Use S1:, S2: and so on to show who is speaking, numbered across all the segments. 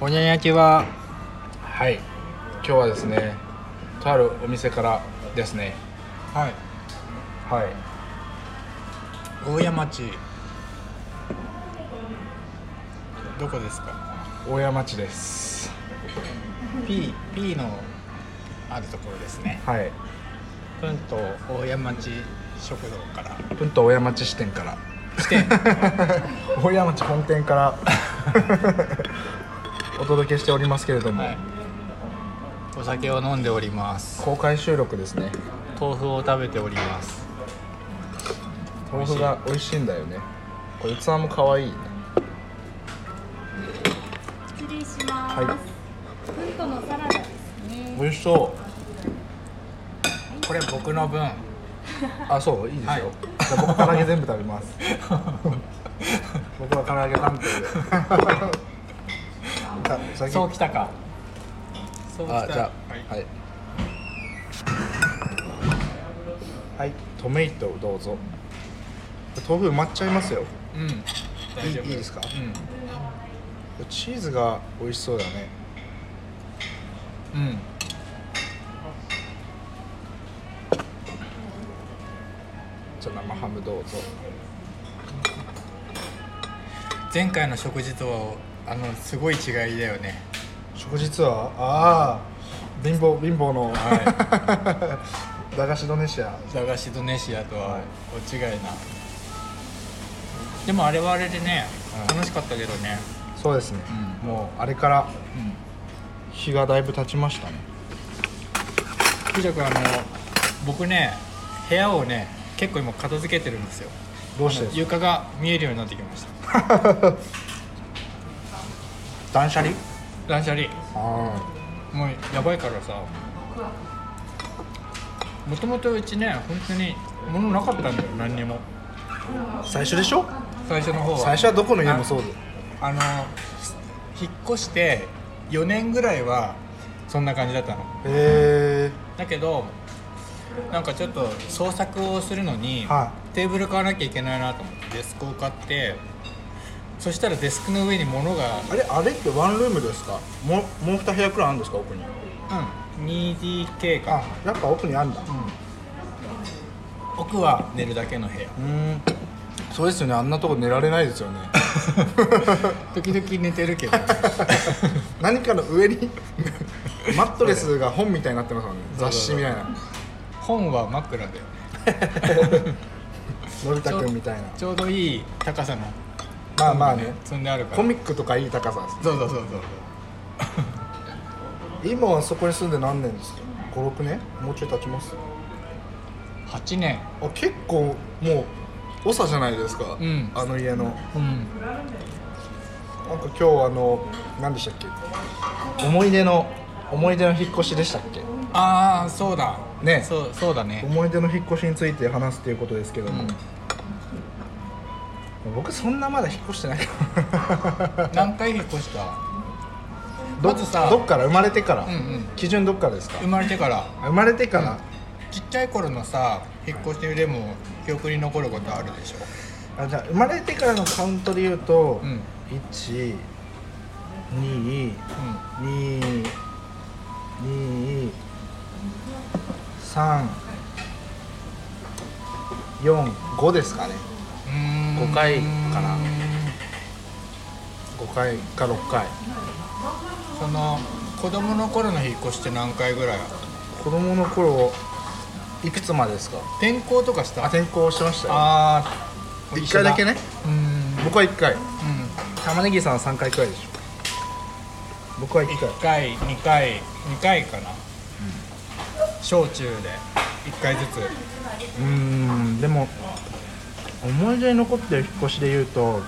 S1: おにゃん焼きは
S2: はい今日はですねとあるお店からですね
S1: はい
S2: はい
S1: 大谷町どこですか
S2: 大谷町です
S1: P, P のあるところですね
S2: はい
S1: うんと大谷町食堂から
S2: うんと大谷町支店から
S1: 支店
S2: 大谷町本店から お届けしておりますけれども、
S1: はいお酒を飲んでおります
S2: 公開収録ですね
S1: 豆腐を食べております
S2: 豆腐が美味しいんだよねこれ器も可愛いね
S3: 失礼します。
S2: は
S3: うんこのサラダですね。
S2: 美味しそう
S1: これ僕の分
S2: あそういいですよ、
S1: はい
S2: じゃあ僕唐揚げ全部食べます 僕は唐揚げ担 当でさ
S1: そうきたかそうきた
S2: あじゃあはいはいトメイトどうぞ豆腐埋まっちゃいますよ
S1: うん
S2: いいいいですか
S1: う
S2: チーズが美味しそうだね
S1: んうん
S2: じゃあ生ハムどうぞ
S1: 前回の食事とはあのすごい違いだよね
S2: 食実はああ貧乏貧乏の、 駄菓子ドネシア
S1: 駄菓子ドネシアと
S2: は
S1: はいお違いな、でもあれはあれでね、
S2: うん
S1: 楽しかったけどね
S2: そうですね、
S1: うん
S2: もうあれから日がだいぶ経ちましたね
S1: 藤田君あの僕ね部屋をね結構今片付けてるんですよ
S2: どうしてですか
S1: 床が見えるようになってきました
S2: 断捨離
S1: 断捨離
S2: あ
S1: もうやばいからさもともとうちね本当に物なかったんだよ何にも
S2: あ最初でしょ
S1: 最初の方は
S2: 最初はどこの家もそうで
S1: あの引っ越して4年ぐらいはそんな感じだったの
S2: へえ
S1: だけどなんかちょっと創作をするのに、
S2: は
S1: テーブル買わなきゃいけないなと思ってデスクを買ってそしたらデスクの上に物が、
S2: あれあれってワンルームですかもうもう2部屋くらいあるんですか奥に
S1: うん、2DK か
S2: やっぱ奥にあるんだ
S1: 奥は寝るだけの 部屋
S2: うんそうですよねあんなとこ寝られないで すよね
S1: 時々寝てるけど
S2: 何かの上に マットレスが本みたいになってますもんね雑誌みたいな
S1: 本は枕だよね
S2: のび太くんみたいな
S1: ちょうどいい高さの
S2: まあまあね
S1: 積んであるから
S2: コミックとかいい高さです
S1: そうそうそうそう
S2: 今はそこに住んで何年ですか56年もうちょい経ちます
S1: 8年
S2: あ結構もう長じゃないですか、
S1: うん
S2: あの家のなんか
S1: うん
S2: 今日あの何でしたっけ思い出の思い出の引っ越しでしたっけ
S1: ああそうだ
S2: ね
S1: そうそうだね
S2: 思い出の引っ越しについて話すということですけども、僕そんなまだ引っ越してないから
S1: 何回引っ越した
S2: ど
S1: まずさ
S2: どっから生まれてから、
S1: うんうん
S2: 基準どっからですか
S1: 生まれてから
S2: 生まれてから、
S1: ちっちゃい頃のさ引っ越しでも記憶に残ることあるでしょ
S2: あじゃあ生まれてからのカウントで言うと、
S1: うん
S2: 1 2 2 2 3 4 5ですかね
S1: うん
S2: 5回かな5回か6回
S1: その子供の頃の引っ越しって何回ぐらいあった
S2: 子供の頃いくつまでですか
S1: 転校とかした
S2: あ転校しましたよ
S1: あー
S2: 1回だけね
S1: うんうん
S2: 僕は1回玉ねぎさんは3回くらいでしょ僕は1回
S1: 1回2回2回かな、小中で1回ずつ
S2: うーんでも思い出に残ってる引っ越しで言うと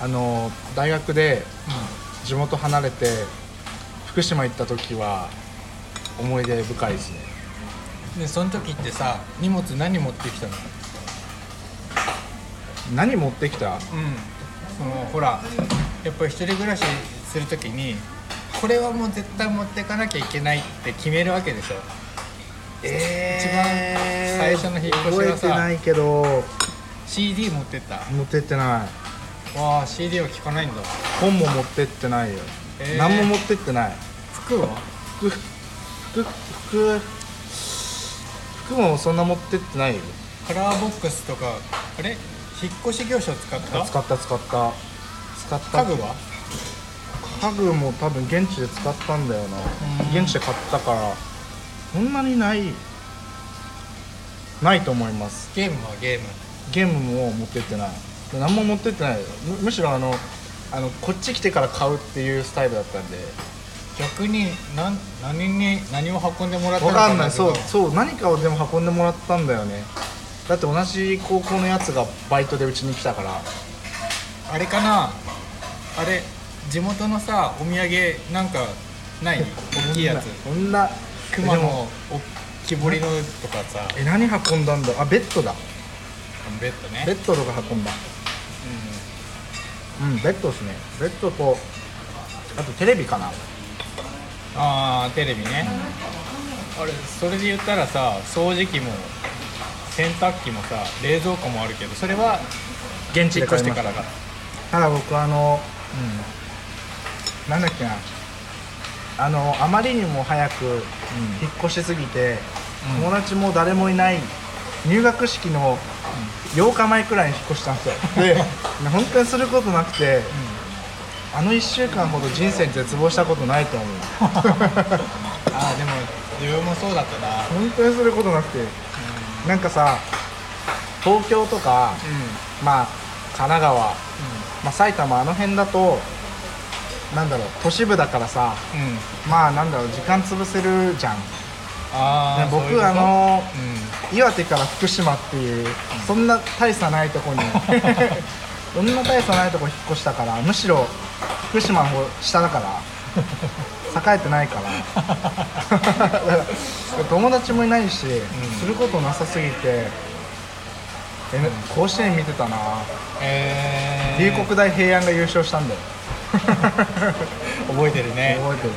S2: あの大学で地元離れて福島行った時は思い出深いですね
S1: でその時ってさ荷物何持ってきたの
S2: 何持ってきた
S1: うん、そのほらやっぱり一人暮らしするときにこれはもう絶対持ってかなきゃいけないって決めるわけでしょ
S2: え
S1: 一番最初の引っ越しはさ
S2: 覚えてないけど
S1: CD 持ってった
S2: 持ってってない
S1: わあ CD は聞かないんだ
S2: 本も持ってってないよ、
S1: えー
S2: 何も持ってってない
S1: 服は
S2: 服服服服もそんな持ってってないよ
S1: カラーボックスとかあれ引っ越し業者使った
S2: 使った使った使った
S1: 家具は
S2: 家具も多分現地で使ったんだよな
S1: うん
S2: 現地で買ったからそんなにないないと思います
S1: ゲームはゲーム
S2: ゲームも持ってってない何も持ってってないよむむしろあのあのこっち来てから買うっていうスタイルだったんで
S1: 逆に何何に何を運んでもらった
S2: 分
S1: の
S2: か
S1: か
S2: んない
S1: だけど
S2: そうそう何かをでも運んでもらったんだよねだって同じ高校のやつがバイトでうちに来たから
S1: あれかなあれ地元のさお土産なんかない大きいやつ
S2: そんなそんな
S1: 熊
S2: でも
S1: のお木彫りのとかさ
S2: え何運んだんだあベッドだ
S1: ベッドね
S2: ベッドとか運んだうんベッドですねベッドとあとテレビかな
S1: ああテレビね、あれそれで言ったらさ掃除機も洗濯機もさ冷蔵庫もあるけどそれは
S2: 現
S1: 引っ越してか
S2: た
S1: らが
S2: ただ僕あの、うん、なんだっけなあのあまりにも早く引っ越しすぎて、
S1: うん
S2: 友達も誰もいない入学式の8日前くらいに引っ越したんですよ で本当にすることなくて、あの1週間ほど人生に絶望したことないと思う
S1: ああ でも自分もそうだったな
S2: 本当にすることなくて、なんかさ東京とか、
S1: う
S2: まあ神奈川、まあ、埼玉あの辺だとなんだろう都市部だからさ
S1: んうん
S2: まあなんだろう時間潰せるじゃん、ね、
S1: ああ
S2: 僕
S1: そういうこと
S2: あの
S1: う
S2: 岩手から福島っていう、そんな大差ないとこに そんな大差ないとこ引っ越したからむしろ福島の方下だから栄えてないから だから友達もいないし、することなさすぎてえ甲子園見てたな、
S1: んえー、
S2: 龍谷大平安が優勝したんだよ
S1: 覚 えてるね
S2: 覚えて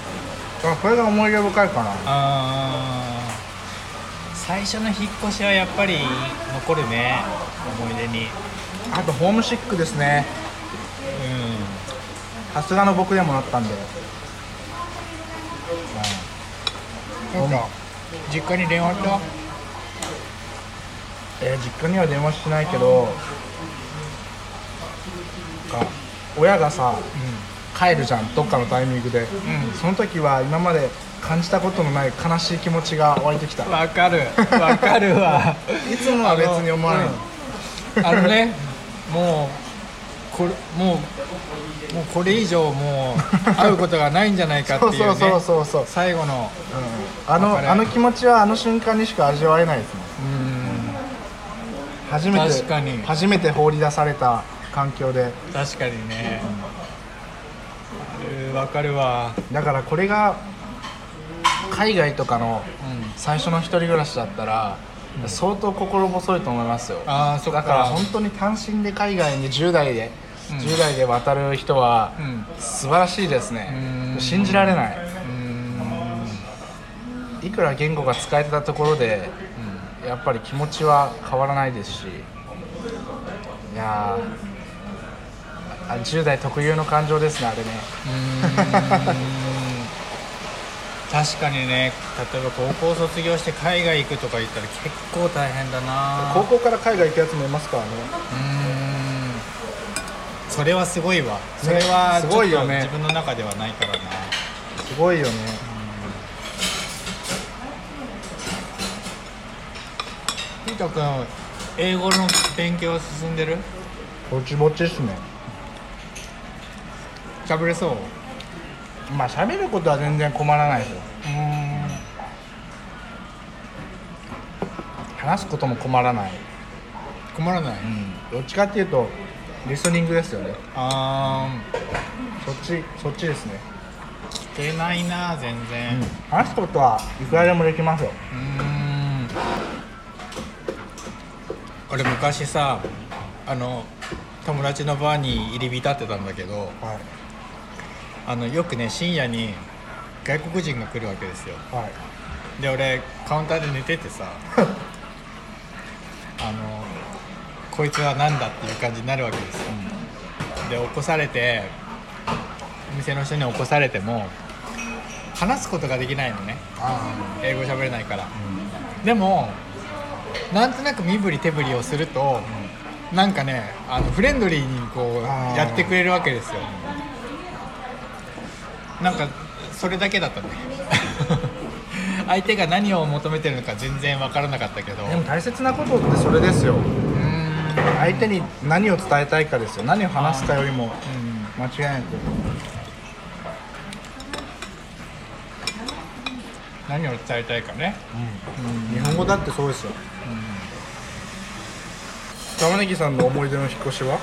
S2: るあこれが思い出深いかな
S1: あー最初の引っ越しはやっぱり残るね思い出に
S2: あとホームシックですね
S1: うん
S2: さすがの僕でもなったんで、
S1: なんか実家に電話した
S2: えー実家には電話しないけどなんか親がさ帰るじゃんどっかのタイミングで、
S1: ん
S2: その時は今まで感じたことのない悲しい気持ちが湧いてきた
S1: うんわかるわかるわ
S2: いつもは別に思わない、
S1: あのねもうこれもうもうこれ以上も う会うことがないんじゃないかって
S2: そ
S1: いううね
S2: そうそうそうそう、
S1: 最後の
S2: あ
S1: わ
S2: の
S1: かる
S2: あの気持ちはあの瞬間にしか味わえないですもん
S1: うん
S2: 初めて
S1: 確かに
S2: 初めて放り出された環境で
S1: 確かにねうんわかるわ
S2: だからこれが海外とかの
S1: うん
S2: 最初の一人暮らしだったら相当心細いと思いますよだ
S1: ああそっか
S2: から本当に単身で海外に10代で、
S1: うん
S2: 10代で渡る人は
S1: うん
S2: 素晴らしいですね
S1: うん
S2: 信じられない
S1: うん
S2: いくら言語が使えてたところで、やっぱり気持ちは変わらないですしいやーあ10代特有の感情ですねあれね
S1: うーん確かにね例えば高校卒業して海外行くとか言ったら結構大変だな
S2: 高校から海外行くやつもいますからね
S1: うーんそれはすごいわそれは
S2: すごいよね
S1: ちょっと自分の中ではないからな
S2: すごいよね
S1: ピート君英語の勉強進んでる
S2: ぼちぼちっすね
S1: 喋れそうう
S2: まあ喋ることは全然困らないですよ
S1: ーん
S2: 話すことも困らない、
S1: 困らない、
S2: どっちかっていうとリスニングですよね
S1: あ
S2: そっちそっちですね、
S1: ー聞けないな全然う
S2: 話すことはいくらでもできますよ
S1: ーん俺昔さあの友達のバーに入り浸ってたんだけど
S2: はい
S1: あのよくね深夜に外国人が来るわけですよ
S2: はい
S1: で俺カウンターで寝ててさ あのこいつは何だっていう感じになるわけですよ、で起こされてお店の人に起こされても話すことができないのね
S2: あ
S1: 英語喋れないから、でもなんとなく身振り手振りをすると、なんかねあのフレンドリーにこう
S2: あー
S1: やってくれるわけですよなんかそれだけだったね 相手が何を求めてるのか全然分からなかったけど
S2: ーでも大切なことってそれですよ
S1: うーん
S2: 相手に何を伝えたいかですよ何を話すかよりも
S1: うん
S2: 間違いなく
S1: 何を伝えたいかね
S2: 日本語だってそうですよ、玉ねぎさんの思い出の引っ越しは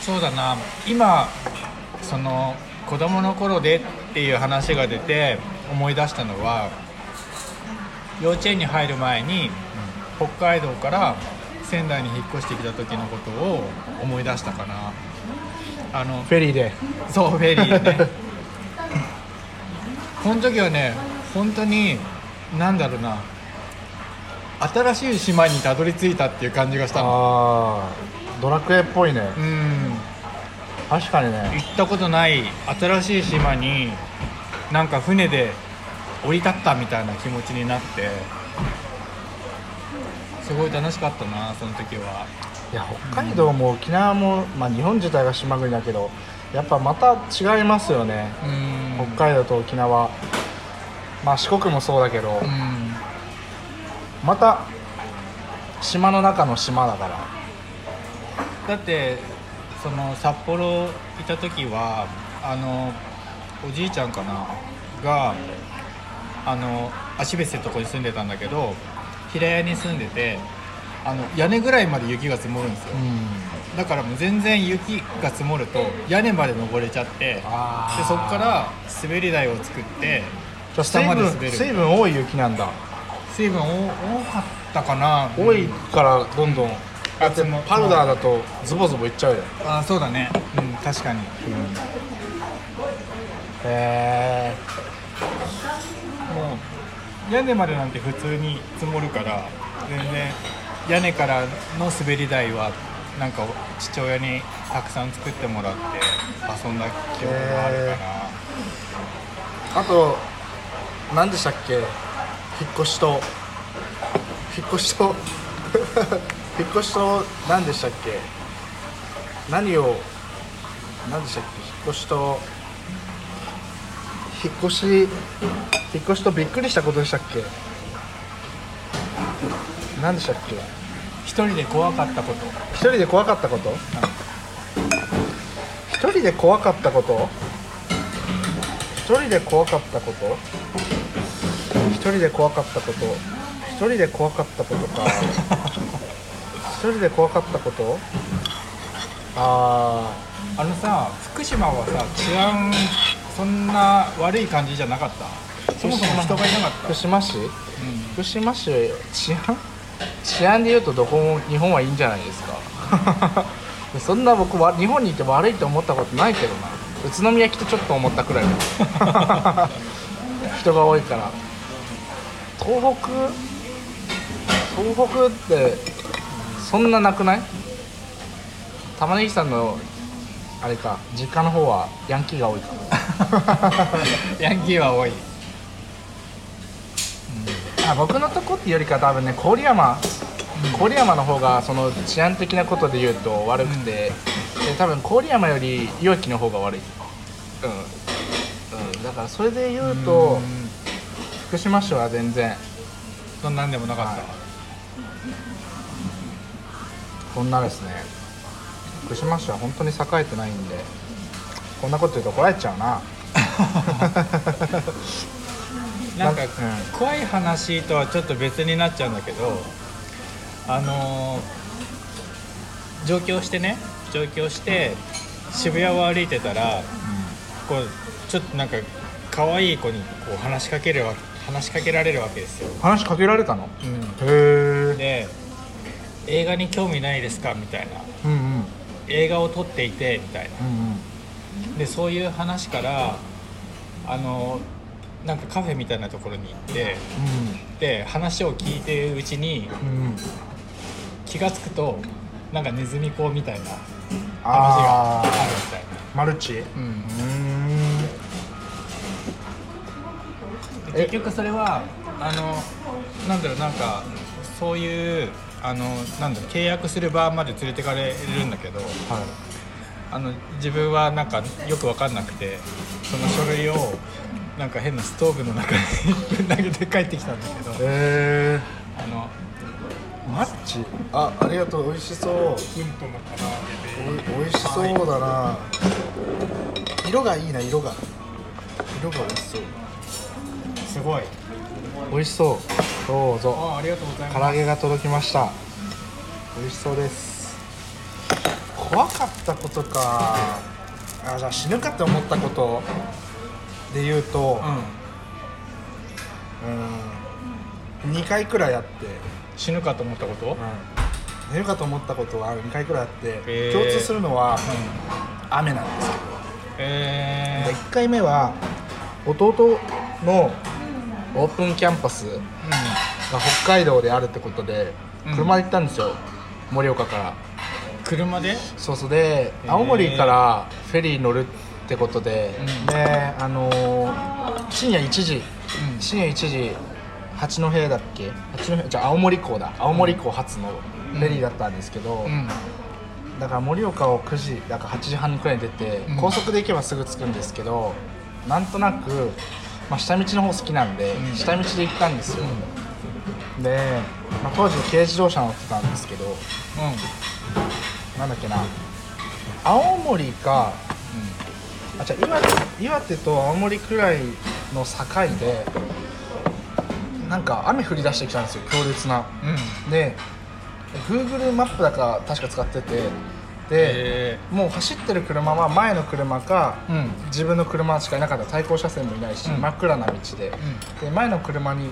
S1: そうだな今その子供の頃でっていう話が出て思い出したのは幼稚園に入る前に北海道から仙台に引っ越してきた時のことを思い出したかなあの
S2: フェリーで
S1: そうフェリーね この時はね本当に何だろうな新しい島にたどり着いたっていう感じがしたの
S2: ああドラクエっぽいね
S1: うん
S2: 確かにね
S1: 行ったことない新しい島になんか船で降り立ったみたいな気持ちになってすごい楽しかったなその時はい
S2: や北海道も沖縄も、まあ、日本自体が島国だけどやっぱまた違いますよね、
S1: うん
S2: 北海道と沖縄まあ四国もそうだけど、
S1: うん
S2: また島の中の島だから
S1: だってその札幌いた時はあのおじいちゃんかながあの芦別ってとこに住んでたんだけど平屋に住んでてあの屋根ぐらいまで雪が積もるんですよだからもう全然雪が積もると屋根まで登れちゃってで
S2: あー
S1: そこから滑り台を作って
S2: じゃあ
S1: 下
S2: 水
S1: まで
S2: 分
S1: 滑
S2: 水
S1: る
S2: 分多い雪なんだ、
S1: 水分お多かったかな
S2: 多いからどんどん
S1: あでも
S2: パウダーだとズボズボいっちゃうよ
S1: あそうだねうん確かに
S2: へえ
S1: もう屋根までなんて普通に積もるから全然屋根からの滑り台はなんか父親にたくさん作ってもらって遊んだ記憶があるかな
S2: あと何でしたっけ引っ越しと引っ越しと 引っ越しと何でしたっけ何を何でしたっけ引っ越しと引っ越し引っ越しとびっくりしたことでしたっけ何でしたっけ
S1: 一人で怖かったこと
S2: 一人で怖かったこと、一人で怖かったこと一人で怖かったこと一人で怖かったこと一人で怖かったことか一人で怖かったことあ
S1: あのさ福島はさ治安そんな悪い感じじゃなかったそもそも人がいなかっ
S2: ー福島市
S1: た、うん
S2: 福島市治安治安でいうとどこも日本はいいんじゃないですかそんな僕は日本にいて悪いと思ったことないけどな宇都宮来てちょっと思ったくらいだ人が多いから東北東北ってそんななくない玉ねぎさんのあれか実家の方はヤンキーが多いか
S1: ヤンキーは多い
S2: あ僕のとこっていうよりか多分ね郡山、郡山の方がその治安的なことで言うと悪くて、で多分郡山よりいわきの方が悪いうん、うん、だからそれで言うと
S1: うん
S2: 福島市は全然
S1: そんなんでもなかった、
S2: はいこんなですね福島市は本当に栄えてないんでこんなこと言うと怒られちゃうな
S1: なんか、
S2: うん
S1: 怖い話とはちょっと別になっちゃうんだけどあのー上京してね上京して渋谷を歩いてたら、こうちょっとなんか可愛い子にこう話しかけるわ話しかけられるわけですよ、
S2: 話しかけられたの
S1: うん
S2: へえ
S1: で映画に興味ないですかみたいな
S2: うんうん
S1: 映画を撮っていてみたい
S2: うんうん
S1: なでそういう話からあのなんかカフェみたいなところに行ってで話を聞いてるうちに
S2: うんうん
S1: 気が付くとなんかネズミ講みたいな話が
S2: あ
S1: あ
S2: あ
S1: る
S2: マルチ
S1: う
S2: うんーん
S1: で結局それはあのなんだろうなんかそういうあのなんだろう契約する場まで連れてかれるんだけど
S2: はい
S1: あの自分はなんかよく分かんなくてその書類をなんか変なストーブの中に投げて帰ってきたんだけど
S2: え
S1: あの
S2: ー、マルチあありがとう美味しそう
S1: うんとのから
S2: お美味しそうだな色がいいな色が色が美味しそう
S1: すごい
S2: 美味しそうどうぞ
S1: あありがとうござい
S2: 唐
S1: ます
S2: 揚げが届きました美味しそうです怖かったことかあじゃあ死ぬかって思ったことで言うと
S1: うん
S2: うん2回くらいあって、
S1: 死ぬかと思ったこと、
S2: 死ぬかと思ったことは2回くらいあって、
S1: へー
S2: 共通するのは
S1: うん
S2: 雨なんです
S1: え
S2: 1回目は弟のオープンキャンパスが
S1: ー
S2: 北海道であるってことで
S1: うん
S2: 車で行ったんですよ盛岡から
S1: うん、車で
S2: そうそうで
S1: へー
S2: 青森からフェリー乗るってことで、
S1: うん
S2: であのー深夜1時
S1: うん
S2: 深夜1時八戸だっけ八戸じゃあ青森港だ青森港発のフェリーだったんですけど、
S1: うん
S2: だから盛岡を9時だから8時半くらいに出て、
S1: うん
S2: 高速で行けばすぐ着くんですけどなんとなく、まあ、下道の方好きなんで、
S1: うん
S2: 下道で行ったんですよ、で、まあ、当時軽自動車乗ってたんですけど
S1: うん
S2: なんだっけな青森かあじゃ岩手岩手と青森くらいの境でなんか雨降り出してきたんですよ強烈な
S1: うんうん
S2: で Google マップだか確か使っててで、
S1: え
S2: もう走ってる車は前の車か、
S1: ーうん
S2: 自分の車しかいなかった対向車線もいないし、
S1: うん
S2: 真っ暗な道で,、で前の車に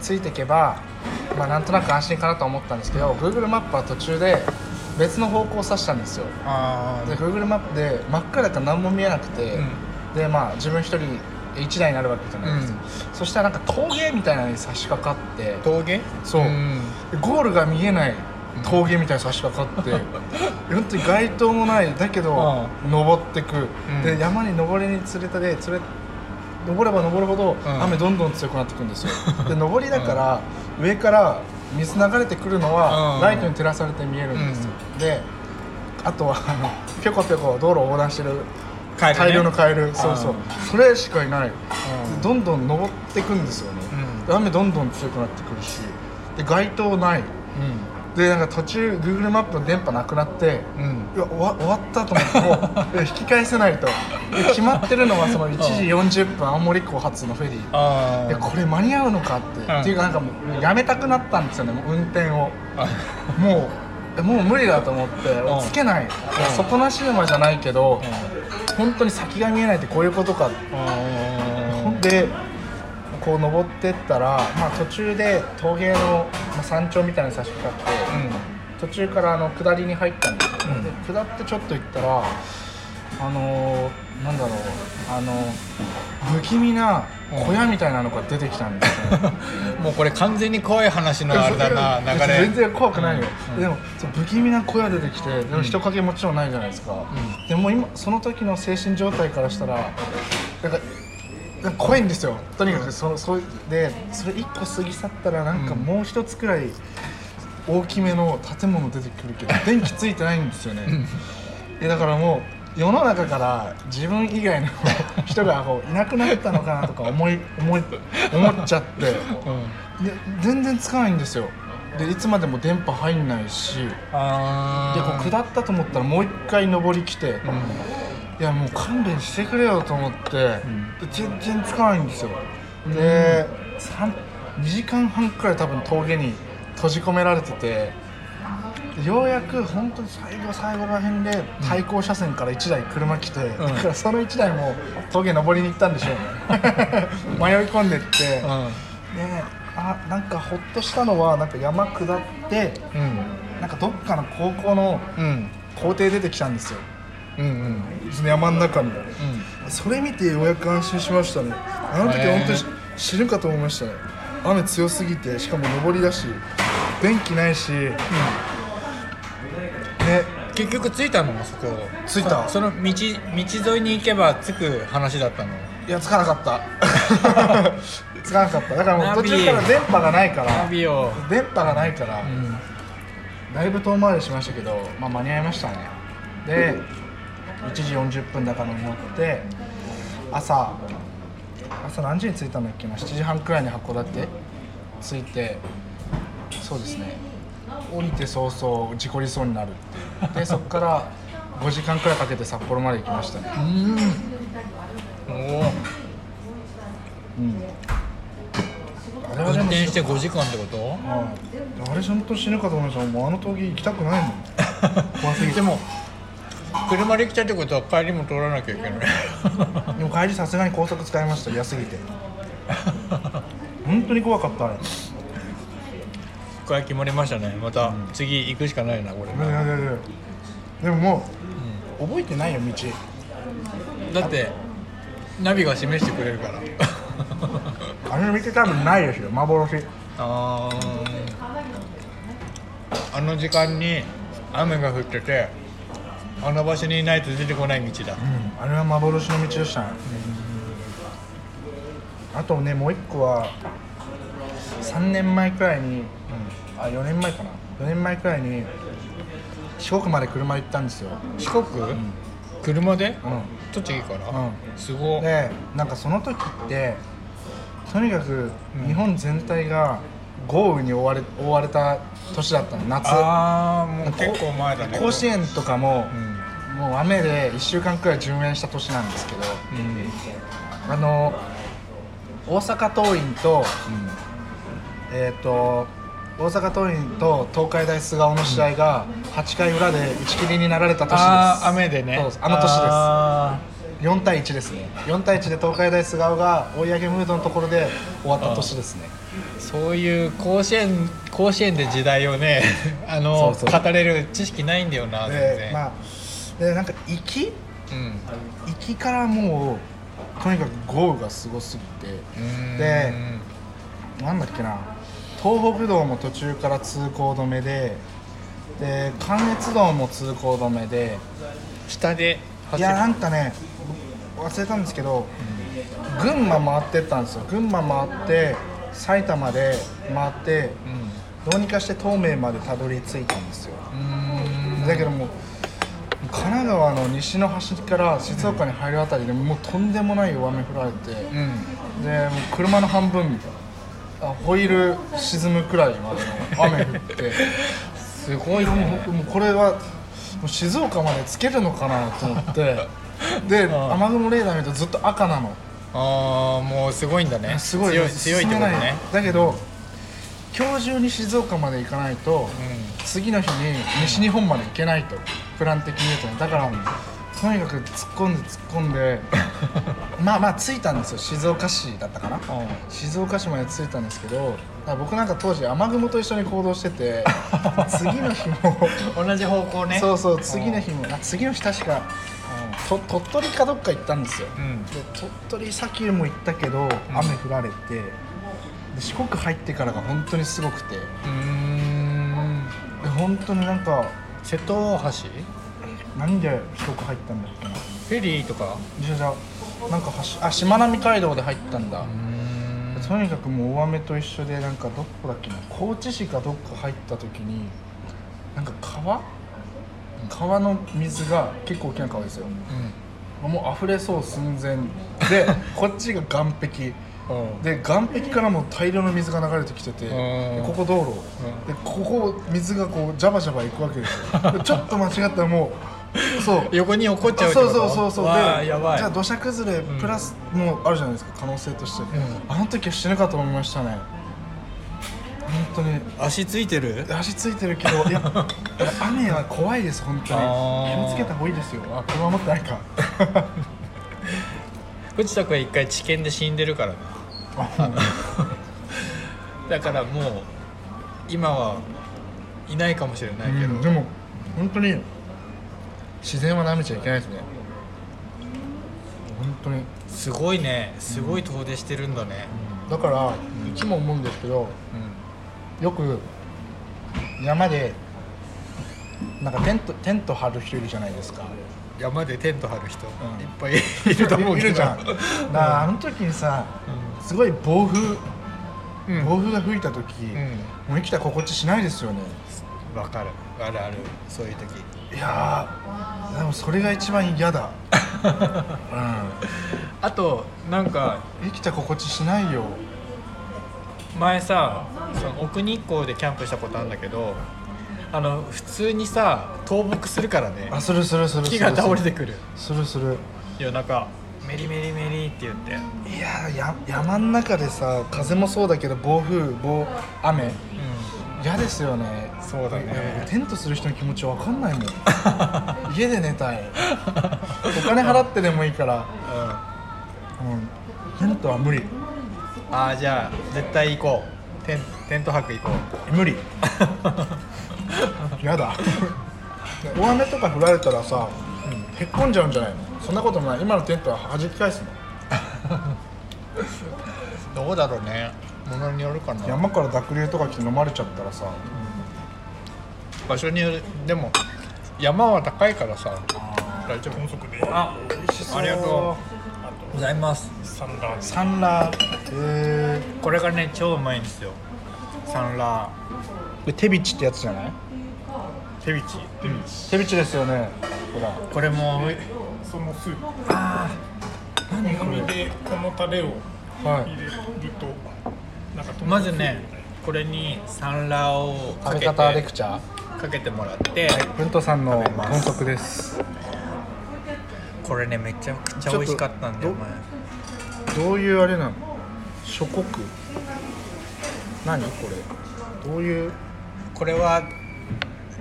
S2: ついていけば、まあ、なんとなく安心かなと思ったんですけど Google マップは途中で別の方向を指したんですよ
S1: あ
S2: で Google マップで真っ暗だから何も見えなくて、
S1: うん
S2: でまあ自分一人1台になるわけじゃないですか、そしたらなんか峠みたいなのに差し掛かって
S1: 峠
S2: そう
S1: うん
S2: ゴールが見えない峠みたいに差し 掛かって、本当に街灯もないだけど、登ってく、
S1: うん
S2: で山に登りに連れたで連れ登れば登るほど、
S1: ん
S2: 雨どんどん強くなってくるん ですよで登りだから、上から水流れてくるのは、
S1: うん
S2: ライトに照らされて見えるんですよ、であとはあのぴょこぴょこ道路を横断してる
S1: 帰るね
S2: 大量のカエル、そうそう
S1: うん
S2: それしかいない、
S1: ん
S2: どんどん登ってくんですよね、
S1: うん
S2: で雨どんどん強くなってくるしで街灯ないでなんか途中 Google マップの電波なくなって、
S1: うんうん
S2: いや終わ終わったと思っても ういや引き返せないとで決まってるのはその1時40分青森港発のフェリー
S1: あ
S2: でこれ間に合うのかって、
S1: ん
S2: っていうかなんかもうやめたくなったんですよねもう運転を
S1: あ
S2: もうえもう無理だと思って
S1: ん
S2: つけない、底なし沼じゃないけど、本当に先が見えないってこういうことかほんでこう登ってったら、まあ、途中で峠のまあ山頂みたいなのに差し掛かって、途中からあの下りに入ったんですけど、
S1: うん
S2: で下ってちょっと行ったらあのー、なんだろうあの不気味な小屋みたいなのが出てきたんですよ、
S1: うんもうこれ完全に怖い話のあれだ な流れ
S2: 全然怖くないよ、
S1: うん
S2: でもそう不気味な小屋出てきてでも人影もちろんないじゃないですか、
S1: う
S2: でもう今その時の精神状態からしたらなんかなんか怖いんですよとにかくそのそうでそれ一個過ぎ去ったらなんか
S1: うん
S2: もう一つくらい大きめの建物出てくる けど電気ついてないんですよね、えだからもう世の中から自分以外の人がこういなくなったのかなとか思い思い思っちゃって
S1: うん
S2: で全然つかないんですよでいつまでも電波入んないしで
S1: あ
S2: こう
S1: ー
S2: 下ったと思ったらもう一回上り来て、
S1: うん
S2: いやもう勘弁してくれよと思って、
S1: ん
S2: で全然つかないんですよで2時間半くらい多分峠に閉じ込められててようやく本当に最後最後らへんで対向車線から1台車来て、だからその1台も峠登りに行ったんで しょうね迷い込んでって、であなんかほっとしたのはなんか山下って
S1: うん
S2: なんかどっかの高校の
S1: うん
S2: 校庭出てきたんですよ
S1: うんうん
S2: その山の中に。
S1: うん
S2: それ見てようやく安心しましたねあの時
S1: へー
S2: 本当に死ぬかと思いましたね雨強すぎてしかも上りだし電気ないし、ね
S1: 結局着いたのそこ
S2: 着いた
S1: その道道沿いに行けば着く話だったの
S2: いやつかなかった つかなかっただからもう途中から電波がないか
S1: ナ
S2: ら
S1: ビを、
S2: 電波がないから、
S1: うん、
S2: だいぶ遠回りしましたけど、まあ、間に合いましたねで1時40分だからに乗って朝朝何時に着いたんだっけな7時半くらいに函館着いてそうですね降りて早々事故りそうになるっていうでそこから5時間くらいかけて札幌まで行きましたね
S1: うんおー
S2: うんあれは
S1: 運
S2: でも
S1: 転して5時間ってこと
S2: はいあれ本当死ぬかと思いましたもうあの峠行きたくないも ん怖すぎて
S1: でも車で来たってことは帰りも通らなきゃい けない
S2: でも帰りさすがに高速使いました嫌すぎて本当に怖かったあれ
S1: これは決まりましたねまた次行くしかないなこれ
S2: いやいやいやいやでももう覚えてないよ道
S1: だってナビが示してくれるから
S2: あれの道多分ないですよ幻
S1: あーあの時間に雨が降っててあの場所にいないと出てこない道だ
S2: あれは幻の道でしたねあとねもう一個は3年前くらいに、あ4年前かな4年前くらいに四国まで車で行ったんですよ、
S1: 四国、車で、
S2: うん、
S1: 栃木から、
S2: うん
S1: すごい、
S2: でなんかその時ってとにかく日本全体が豪雨に覆われ覆われた年だったの夏
S1: ああもう
S2: こ
S1: 結構前だね
S2: 甲子園とかも
S1: う、ん
S2: もう雨で1週間くらい順延した年なんですけど
S1: うんうん
S2: あの大阪桐蔭と,、えー、と大阪桐蔭と東海大菅生の試合が8回裏で打ち切りになられた年です
S1: ああ雨でね
S2: そうすあの年です
S1: あ
S2: 4対1ですね4対1で東海大菅生が追い上げムードのところで終わった年ですね
S1: ーそういう甲子園甲子園で時代をね あの
S2: そうそう
S1: 語れる知識ないんだよな全
S2: で
S1: 然、
S2: まあでなんか行き
S1: うん
S2: 行きからもうとにかく豪雨がすごすぎ
S1: うーん
S2: でてなんだっけな東北道も途中から通行止めでで関越道も通行止めで
S1: 下で
S2: い
S1: 走る
S2: やなんかね忘れたんですけど、群馬回ってったんですよ群馬回って埼玉で回って
S1: う
S2: どうにかして東名までたどり着いたんですよ
S1: んう
S2: だけどもう神奈川の西の端から静岡に入るあたりでもうとんでもない大雨降られてで
S1: ーんうん
S2: もう車の半分みたいなあホイール沈むくらいまでの雨降って
S1: すごい
S2: もう
S1: ね
S2: 僕もうこれはもう静岡までつけるのかなと思ってで
S1: ん
S2: 雨雲レーダー見るとずっと赤なの
S1: ああもうすごいんだね
S2: すごい
S1: 強い強いってこと
S2: 進めな
S1: ね
S2: いだけど今日中に静岡まで行かないと、次の日に西日本まで行けないとプラン的に言うとねだからとにかく突っ込んで突っ込 んでまあまあ着いたんですよ静岡市だったかな
S1: うん
S2: 静岡市まで着いたんですけどだから僕なんか当時雨雲と一緒に行動し てて次の日も
S1: 同じ方向ね
S2: そうそう次の日もあ次の日確かと鳥取かどっか行ったんですよ、
S1: うん
S2: で鳥取砂丘も行ったけど雨降られて、で四国入ってからが本当にすごくて
S1: うーん
S2: で本当になんか
S1: 瀬戸大橋
S2: 何で四国入ったんだっけな
S1: フェリーとか
S2: じゃあじゃあなんか橋あしまなみ海道で入ったんだ、
S1: うーん
S2: とにかくもう大雨と一緒でなんかどこだっけな高知市かどっか入った時になんか川川の水が結構大きな川ですよ、もう溢れそう寸前 でこっちが岸壁
S1: うん
S2: で岸壁からもう大量の水が流れてきてて
S1: ん
S2: でここ道路でここ水がこうジャバジャバいくわけです よでちょっと間違ったらもうそう
S1: 横に怒っちゃうって
S2: そ
S1: こ
S2: う
S1: と
S2: そうそうそう
S1: わあ
S2: で
S1: やばい
S2: じゃあ土砂崩れプラスもうあるじゃないですか可能性として、
S1: ん
S2: あの時は死ぬかと思いましたね本当に
S1: 足ついてる
S2: 足ついてるけどいやいや雨は怖いです本当に
S1: あー
S2: 気をつけた方がいいですよあ車持ってな いか
S1: 藤田君は一回治験で死んでるからな
S2: あほんと
S1: だからもう今はいないかもしれないけど、
S2: うんでも本当に自然は舐めちゃいけないですね本当に
S1: すごいねすごい遠出してるんだね
S2: だからいつも思うんですけどよく山でなんかテントテント張る人いるじゃないですか
S1: 山でテント張る人、
S2: ん
S1: いっぱいいると思う
S2: い
S1: けど
S2: るじゃんだからあの時にさすごい暴風
S1: うんうん
S2: 暴風が吹いた時、
S1: うん
S2: もう生きた心地しないですよね
S1: わかるあるあるそういう時
S2: いやーでもそれが一番 嫌だ、
S1: あとなんか
S2: うん、生きた心地しないよ
S1: 前さその奥日光でキャンプしたことあるんだけどあの普通にさ倒木するからね
S2: あするするするする
S1: 木が倒れてくる
S2: するする
S1: 夜中メリメリメリって言って
S2: いやーや山の中でさ風もそうだけど暴風暴雨
S1: う
S2: 嫌ですよね
S1: そうだね
S2: テントする人の気持ちわか んないもん家で寝たいお金払ってでもいいから、
S1: ん、うん、あ
S2: うん、テントは無理
S1: あじゃあ絶対行こうテンテント泊行こう
S2: 無理やだ大雨とか降られたらさ、へっこんじゃうんじゃないのそんなこともない今のテントは弾き返すの
S1: どうだろうねものによるかな
S2: 山から濁流とか来て飲まれちゃったらさ
S1: 場所によるでも山は高いからさ大丈夫
S4: 高速で
S1: あありがとうございます
S4: サンダ
S2: う
S4: ーで
S2: サンラーへえ
S1: これがね超うまいんですよサンラ
S2: で手びちってやつじゃない
S1: ー手びち、うん、
S2: 手びちですよねほら
S1: これも
S4: そのスープ
S2: 何
S4: 好みでこのタレを
S2: は
S4: 入れるとなんかトマ
S1: まずねこれにサンラーをかけ
S2: 食べ
S1: て
S2: 方レクチャー
S1: かけてもらって
S2: 文藤さんの
S1: 食べます
S2: 豚足です
S1: これねめちゃくちゃ美味しかったんだよ前
S2: どういうあれなの諸国何これどういう
S1: これは
S4: これ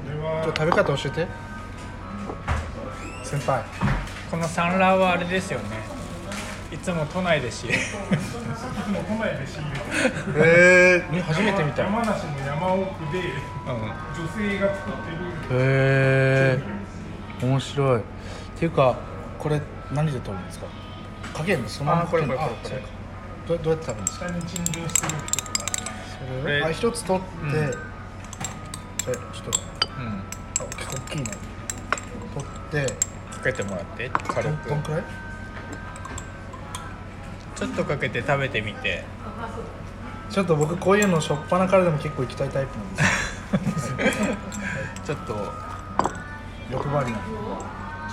S2: ちょっ
S4: は
S2: と食べ方教えて先輩
S1: このサンラーはあれですよねいつも都内でし
S4: もう都内で仕入れて
S2: ええ初めて 見たへ
S4: 山梨の山奥で
S1: う
S4: 女性が作ってる
S2: え面白いっていうかこれ何で取るんですかかけるのそのまま
S1: あこれこれ
S2: か
S1: これ
S2: けるのあそうかどうどうやって食べるんですか
S4: 下に陳列してるってことなんで
S2: そ
S1: れ
S2: れをあ一つ取って、
S1: うん
S2: それちょっと
S1: ん、うん、
S2: あ結構大きいね取って
S1: かけてもらって軽
S2: どん
S1: く
S2: どんくらい
S1: ちょっとかけて食べてみて
S2: ちょっと僕こういうの初っ端からでも結構行きたいタイプなんですよ
S1: ちょっと
S2: 欲張りなんでちょ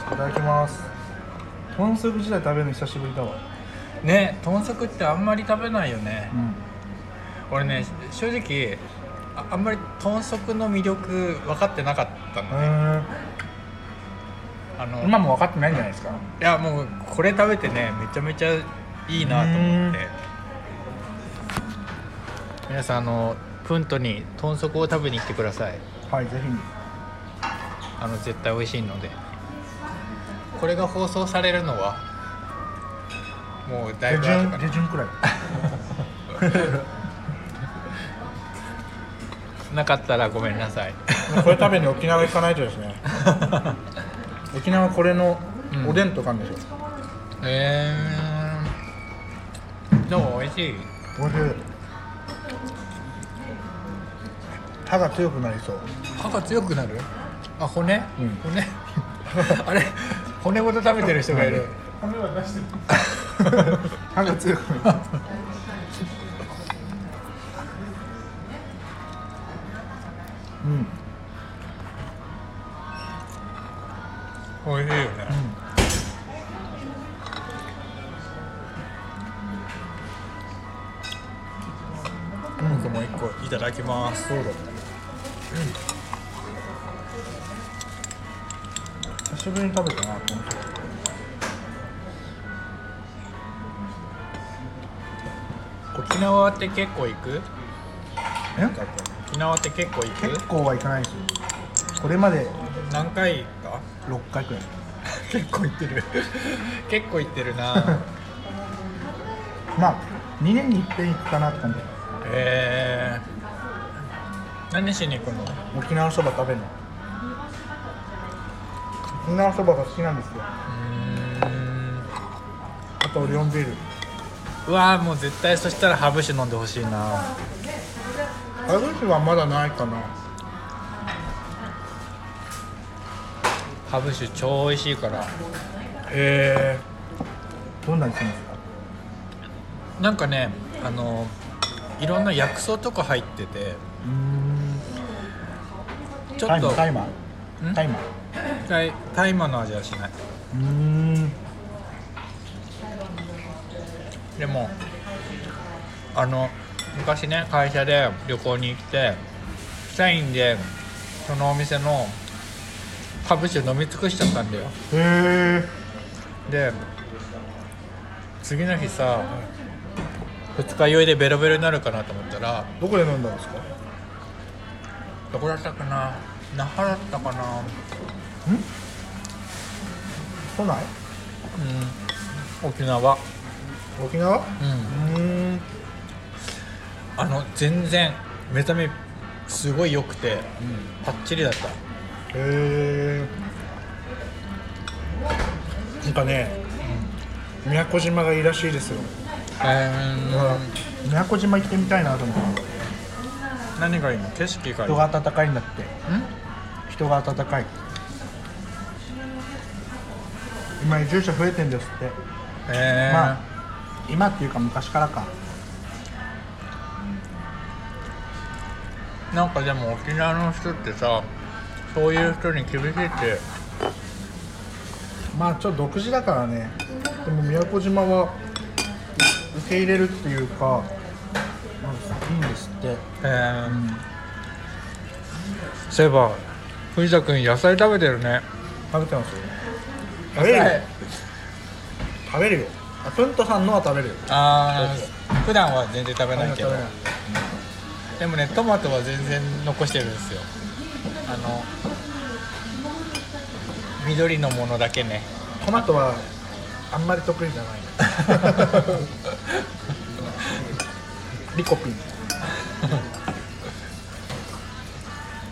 S2: っといただきます豚足自体食べるの久しぶりだわ
S1: ね豚足ってあんまり食べないよね
S2: うん
S1: 俺ね正直ああんまり豚足の魅力分かってなかったのあの
S2: 今も分かってないんじゃないですか
S1: いやもうこれ食べてねめちゃめちゃいいなと思って
S2: う
S1: 皆さんあのプントに豚足を食べに来てください
S2: はいぜ
S1: あの絶対美味しいのでこれが放送されるのはもうだいぶ
S2: 下
S1: 後
S2: 旬
S1: かな
S2: 下旬くらい
S1: なかったらごめんな さい
S2: これ食べに沖縄行かないと ですね沖縄これのおでんとかあるんですよ、
S1: えー、どう美味しい
S2: おいしい歯が強くなりそう
S1: 歯が強くなるあ骨、
S2: うん
S1: 骨 あれ骨ごと食べてる人がいる
S4: 骨は出してる
S2: 歯が強くなりそううん
S1: 美味しいよね、うん、僕もう一個いただきます
S2: そうだね、久しぶりに食べたなと思って
S1: 沖縄って結構行く
S2: え
S1: 沖縄って結構行
S2: 結
S1: く
S2: 構はいかないですよこれまで
S1: 何回行った
S2: 6回くらい
S1: 結構行ってる 結構行ってる な
S2: まあ2年に一遍行くかなって感じ
S1: へえ何しに行くの
S2: 沖縄そば食べるの沖縄そばが好きなんですよあとオリオンビール
S1: うわーもう絶対そしたらハブ酒飲んでほしいな
S2: ハブ酒はまだないかな
S1: ハブ酒超美味しいから
S2: へえどんなにするんですか
S1: なんかねあのいろんな薬草とか入ってて
S2: うーん
S1: ちょ
S2: タ
S1: っ
S2: イ
S1: と
S2: マータイマー
S1: ん
S2: タイマー
S1: 大大麻の味はしないう
S2: ーん
S1: でもあの昔ね会社で旅行に来て社員でそのお店の株式飲み尽くしちゃったんだよ
S2: へ
S1: で
S2: え
S1: 次の日さ二日酔いでベロベロになるかなと思ったら
S2: どこで飲んだんですかん
S1: どこだったかな那覇だったかな
S2: 都内
S1: うん沖縄うん
S2: 沖縄うーん
S1: あの全然目覚めすごい良くて、パッチリだった
S2: へえなんかね、宮古島がいいらしいですよ、
S1: え
S2: だから宮古島行ってみたいなと思って
S1: 何がいいの景色がいい
S2: 人が温かいんだって
S1: ん
S2: 人が温かい今移住者増えてんですって、
S1: えー
S2: まあ今っていうか昔からか
S1: なんかでも沖縄の人ってさそういう人に厳しいって
S2: まあちょっと独自だからねでも宮古島は受け入れるっていうかなんかいいんですって
S1: えーそういえば藤田君野菜食べてるね
S2: 食べてますよ食べるよ食べるよあプントさんのは食べるよ
S1: ああ普段は全然食べ
S2: 食べ
S1: な
S2: ないい
S1: け
S2: 食
S1: ど
S2: べない
S1: でもねトマトは全然残してるんですよあの緑のものだけね
S2: トマトはあんまり得意じゃないリコピン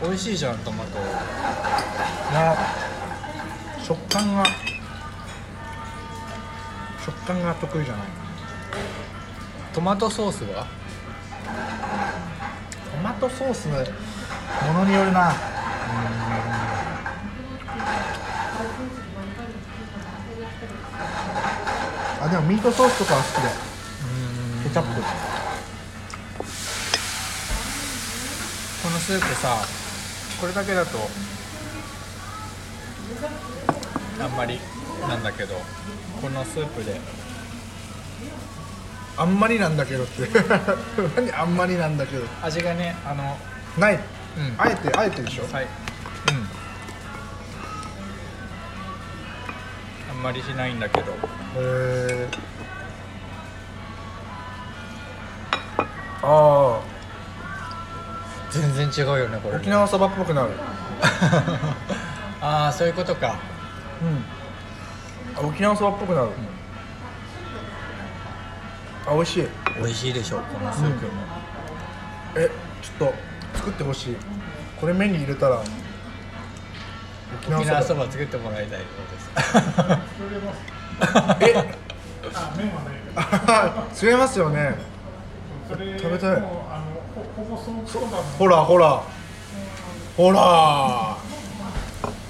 S1: 美味しいじゃんトマト
S2: が食感が食感が得意じゃない
S1: トマトソースは
S2: トマトソースものによるなあでもミートソースとかは好きだよケチャップ
S1: このスープさこれだけだとあんまりなんだけどこのスープで
S2: あんまりなんだけどって 何あんまりなんだけど
S1: 味がねあの
S2: ない
S1: うん
S2: あえてあえてでしょ
S1: はいうんあんまりしないんだけど
S2: へえあ
S1: 全然違うよねこ
S2: あ
S1: れ
S2: 沖縄そばっぽくなる
S1: ああそういうことか
S2: うんあ沖縄そばっぽくなる、あ美味しい
S1: 美味しいでしょこのスープも、
S2: えちょっと作ってほしいこれメニュー入れたら沖
S1: 沖縄
S2: 縄
S1: そ
S2: そば
S1: ば作ってもらいたい
S4: それも
S2: え
S4: あ麺はないから
S2: あ 違いますよね
S4: それ
S2: 食べたい
S4: もうあのほほぼそうそうだもん
S2: ほらほらほら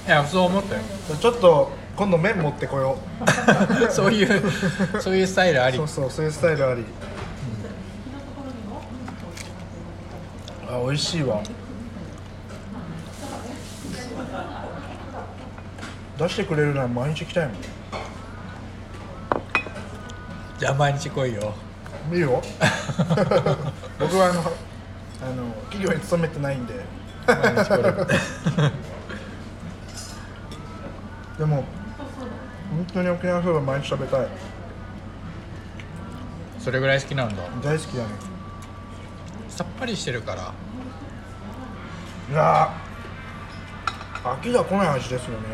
S1: いやそう思ったよ
S2: ちょっと今度麺持ってこよ
S1: そういうそういうスタイルあ
S2: う
S1: り
S2: そうそうそういうスタイルあり、あ美味しいわ出してくれるなら毎日来たいもん
S1: じゃあ毎日来いよ
S2: い いよ僕はあのあの企業に勤めてないんで
S1: 毎日来る
S2: でも本当に沖縄そば毎日食べたい
S1: それぐらい好きなんだ
S2: 大好きだね
S1: さっぱりしてるから
S2: いやー飽きが来ない味ですよね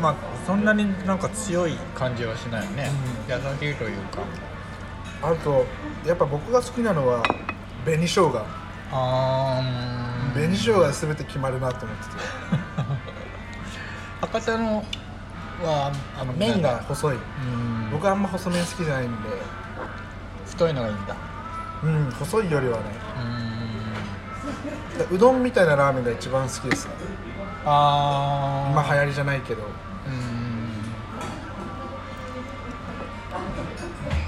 S1: まあそんなになんか強い感じはしないね、優しいというか
S2: あとやっぱ僕が好きなのは紅生姜
S1: あー
S2: 紅生姜で全て決まるなと思ってて
S1: 博多のはあの
S2: 麺が細
S1: う
S2: い
S1: ん
S2: 僕あんま細麺好きじゃないんで
S1: 太いのがいいんだ
S2: うん細いよりはね
S1: うん
S2: うどんみたいなラーメンが一番好きです
S1: あー
S2: 今流行りじゃないけど
S1: うん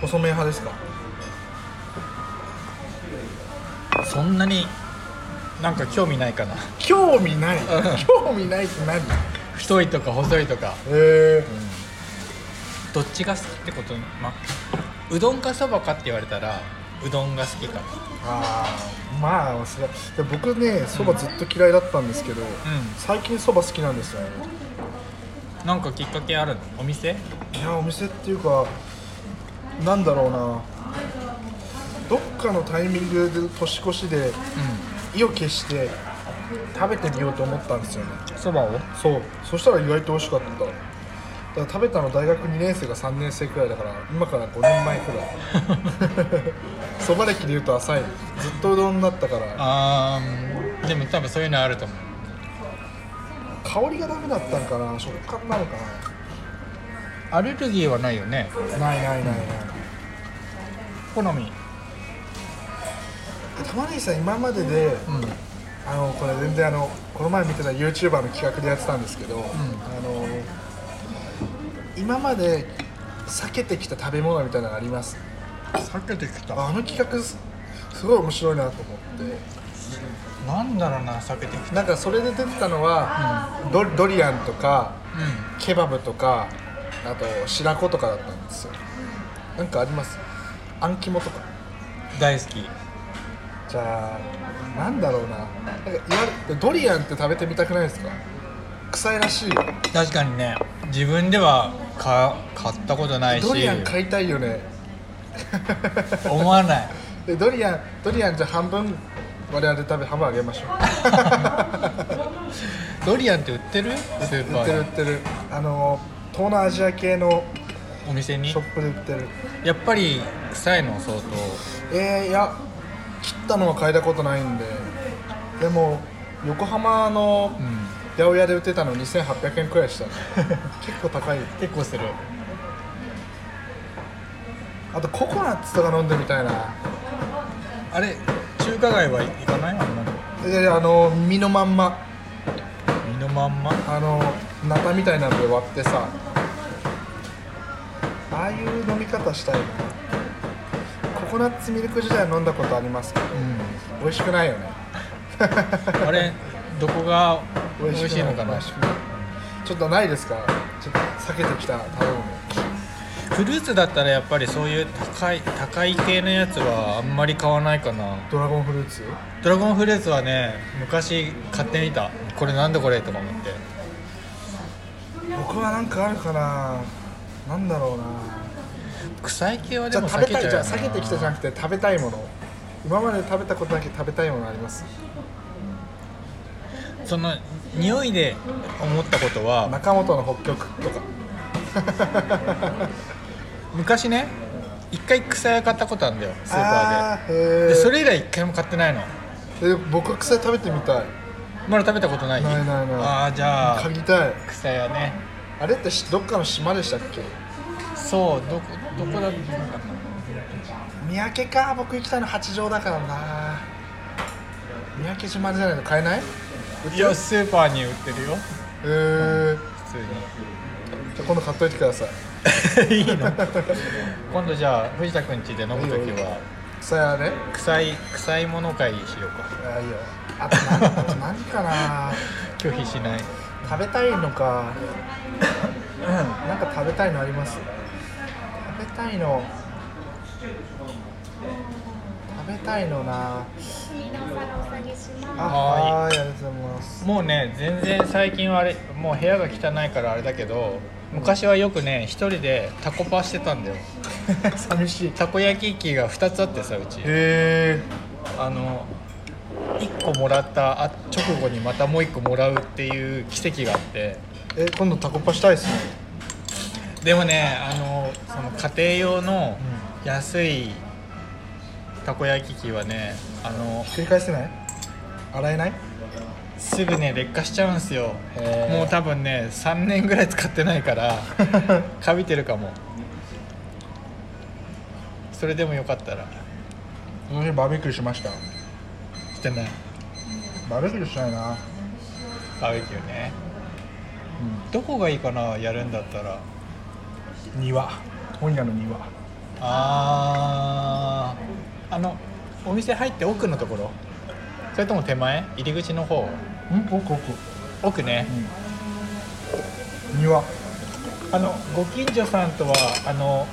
S2: 細麺派ですか
S1: そんなになんか興味ない かな
S2: 興味ない
S1: ん
S2: 興味ないって何
S1: 太いとか細いとか
S2: え
S1: どっちが好きってことまうどんかそばかって言われたらうどんが好きか
S2: あーまあそれで僕ねそばずっと嫌いだったんですけど、
S1: う
S2: 最近そば好きなんですよね
S1: んなんかきっかけあるのお店
S2: いやお店っていうかなんだろうなどっかのタイミングで年越しで意を決して食べてみようと思ったんですよね
S1: そば、を
S2: そうそしたら意外と美味しかっただから食べたの大学2年生が3年生くらいだから今から5年前く らいそば歴で言うと浅いずっとうどんだったから
S1: あーでも多分そういうのあると思う
S2: 香りがダメだったんかな食感なのか
S1: アレルギーはないよね
S2: なないないないない
S1: 好み
S2: 玉ねぎさん今までで、
S1: うん
S2: あのこれ全然あのこの前見てた YouTuber の企画でやってたんですけど、あの今まで避けてきた食べ物みたいなのあります
S1: 避けてき
S2: ああの企画すすごい面白いなと思っ
S1: なんだろうな避けてき
S2: てなんかそれで出てたのは、ドドリアンとか
S1: う
S2: ケバブとかあと白子とかだったんですよなんかありますあん肝とか
S1: ん大好き
S2: じゃあなんだろうななんかいわゆるドリアンって食べてみたくないですか臭いらしいよ
S1: 確かにね自分ではか買ったことないし
S2: ドリアン買いたいよね
S1: 思わない
S2: でドリアンドリアンじゃあ半分我々食べ半分あげま しょう
S1: ドリアンって売ってるスー
S2: 売
S1: パ
S2: ってる売
S1: ー
S2: っ
S1: で
S2: てるあの東南アジア系の
S1: お店に
S2: ショップで売ってる
S1: やっぱり臭いの相当
S2: えー、いや切ったのは買いたことないんででも横浜の
S1: うん
S2: 八百屋で売ってたの2800円くらいした ね結構高い
S1: 結構する
S2: あとココナッツとか飲んでみたいな
S1: あれ中華街は行かないあんまり
S2: であの身のまんま
S1: 身のまんま
S2: あのナタみたいなので割ってさああいう飲み方したいなココナッツミルク時代飲んだことありますけど
S1: う
S2: 美味しくないよね
S1: んあれどこが美味しいのか
S2: 美
S1: な
S2: 味しくいちょっとないですかちょっと避けてきた食べ物
S1: フルーツだったらやっぱりそういう高い高い系のやつはあんまり買わないかな
S2: ドラゴンフルーツ
S1: ドラゴンフルーツはね昔買ってみたこれなんだこれとか思って
S2: 僕はなんかあるかななんだろうな
S1: 臭い系はで
S2: じゃあ
S1: も
S2: 食
S1: 避け
S2: べ
S1: ちゃ
S2: た
S1: うよ
S2: いじゃ
S1: な
S2: あ避けてきたじゃなくて食べたいもの今まで食べたことだけ食べたいものあります
S1: その匂いで思ったことは
S2: 中本の北極とか
S1: 昔ね一回草屋買ったことあるんだよスーパ
S2: あー
S1: ー
S2: へ
S1: で
S2: ー
S1: でそれ以来一回も買ってないの
S2: え僕は草食べてみたい
S1: まだ食べたことない
S2: ないないない
S1: ああじゃあ
S2: 嗅ぎたい
S1: 草屋ね
S2: あれってしどっかの島でしたっけ
S1: そうどこどこだったかな
S2: 三宅か僕行きたいの八丈だからな三宅島じゃないの買えない
S1: いやスーパーに売ってるよ
S2: えー、
S1: 普通
S2: じゃあ今度買っといてください
S1: に いいの今度じゃあ藤田くん家で飲む時
S2: いいよいいよ
S1: は
S2: 草屋ね
S1: 臭い臭いもの会しようか
S2: あいいよあと何あと何か な
S1: 拒否しない
S2: 食べたいのかうんなんか食べたいのあります食べたいの食べたいのな
S3: 右のお皿お下げし
S2: あ
S3: ます。
S1: は
S2: はーいありがとうございます
S1: もうね全然最近はあれもう部屋が汚いからあれだけど昔はよくね一人でタコパしてたんだよ
S2: 寂しい
S1: たこ焼き器が2つあってさうち
S2: へえ
S1: あの1個もらったあ直後にまたもう1個もらうっていう奇跡があって
S2: え今度タコパしたいですね
S1: でもねあのその家庭用の安いたこ焼き器はねあの
S2: 繰り返せない洗えない
S1: すぐね劣化しちゃうんすよ
S2: へー
S1: もう多分ね3年ぐらい使ってないから かびてるかもそれでもよかったら
S2: その日バーベキューしました
S1: してない
S2: バーベキューしないな
S1: バーベキューね、うん、どこがいいかなやるんだったら
S2: 庭本屋の庭
S1: あーあのお店入って奥のところそれとも手前入り口の方
S2: うん奥奥
S1: 奥ね、
S2: 庭
S1: あのご近所さんとはあの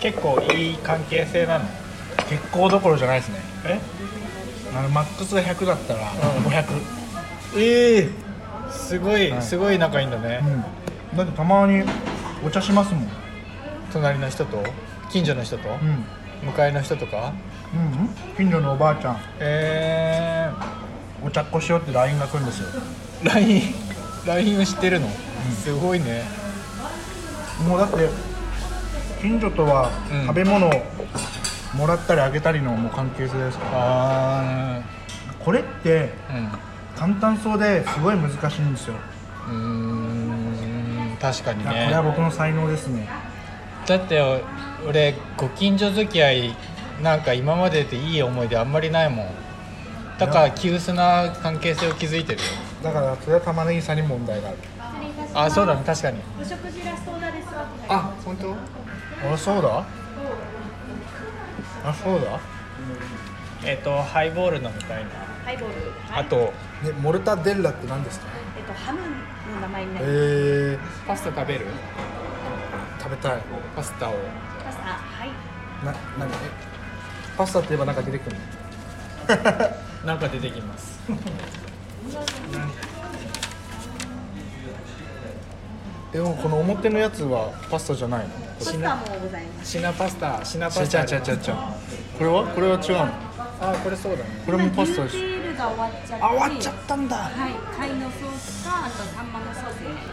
S1: 結構いい関係性なの
S2: 結構どころじゃないですね
S1: え
S2: あのマックスが100だったら
S1: うん
S2: 500、
S1: ええすごい、
S2: はい
S1: すごい仲いいんだね、
S2: うん、だってたまにお茶しますもん
S1: 隣の人と近所の人と、
S2: うん
S1: 向かいの人とか
S2: うん近所のおばあちゃん
S1: え
S2: お茶っこしようって LINE が来るんですよ
S1: ー、LINE, LINE を知ってるの、すごいね
S2: もうだって近所とは
S1: うん
S2: 食べ物をもらったりあげたりのもう関係性ですから、
S1: あ
S2: これって
S1: あ
S2: 簡単そうですごい難しいんですよ、
S1: うんうーん確かに
S2: いやこれは
S1: ね
S2: 僕の才能ですね
S1: だって俺ご近所付き合いなんか今まででいい思い出あんまりないもんだから急須な関係性を築いてるよ
S2: だからそれは玉ねぎさんに問題がある
S3: 失礼いたしま
S1: あ
S3: す。
S1: そうだね。確かに
S3: お食事ラストオーダーです。あ、
S1: あ本当あそうだあそうだえっ、とハイボール飲みたいな
S3: ハイボール。はい
S1: あ、と
S2: ねモルタデッラって何ですか
S3: えっとハムの名前になります。
S2: えー、
S1: パスタ食べる
S2: 食べたい
S1: パスタを
S3: パスタ、はい。
S2: な何えパスタって言えばなんか出てくるの
S1: なんか出てきます
S2: でもこの表のやつはパスタじゃないの
S3: パスタもございます。
S1: シナパスタシナ
S2: ちゃ
S1: パス
S2: ち
S1: タ
S2: ゃちゃちゃちゃこれはこれは違うの
S1: あこれそうだね
S2: これもパスタです
S3: 今牛テールが終わっちゃって。
S2: あ終わっちゃったんだ
S3: はい、貝のソースかあとサンマのソースになり